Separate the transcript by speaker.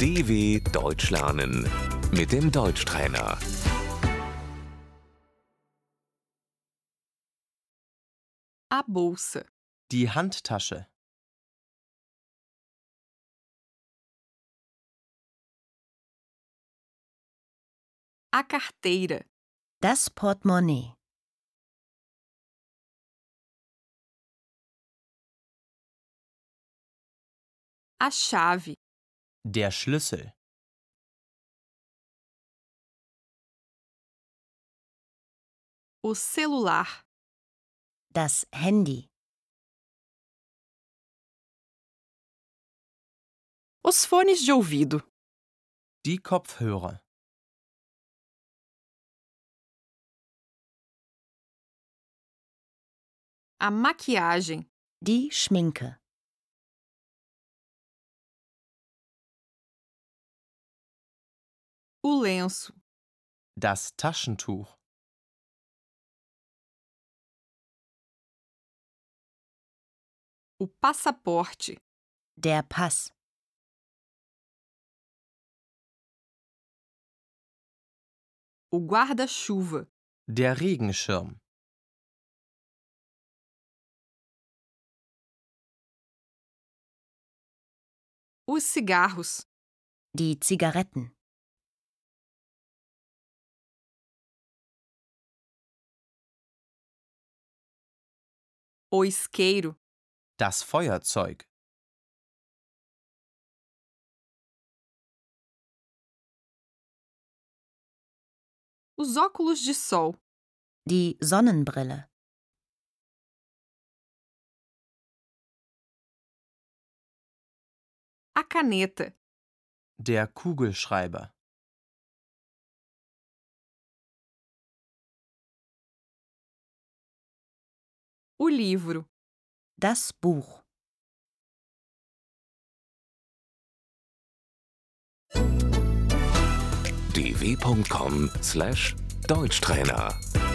Speaker 1: DW Deutsch lernen mit dem Deutschtrainer.
Speaker 2: A bolsa,
Speaker 3: Die Handtasche.
Speaker 2: a carteira,
Speaker 4: Das Portemonnaie.
Speaker 2: a chave,
Speaker 3: Der Schlüssel.
Speaker 2: o celular,
Speaker 4: Das Handy.
Speaker 2: os fones de ouvido,
Speaker 3: Die Kopfhörer.
Speaker 2: a maquiagem,
Speaker 4: Die Schminke.
Speaker 2: o lenço,
Speaker 3: Das Taschentuch.
Speaker 2: o passaporte,
Speaker 4: Der Pass.
Speaker 2: o guarda-chuva,
Speaker 3: Der Regenschirm.
Speaker 2: os cigarros,
Speaker 4: Die Zigaretten.
Speaker 2: o isqueiro,
Speaker 3: Das Feuerzeug.
Speaker 2: os óculos de sol,
Speaker 4: Die Sonnenbrille.
Speaker 2: a caneta,
Speaker 3: Der Kugelschreiber.
Speaker 2: o livro,
Speaker 4: Das Buch.
Speaker 1: dw.com/deutschtrainer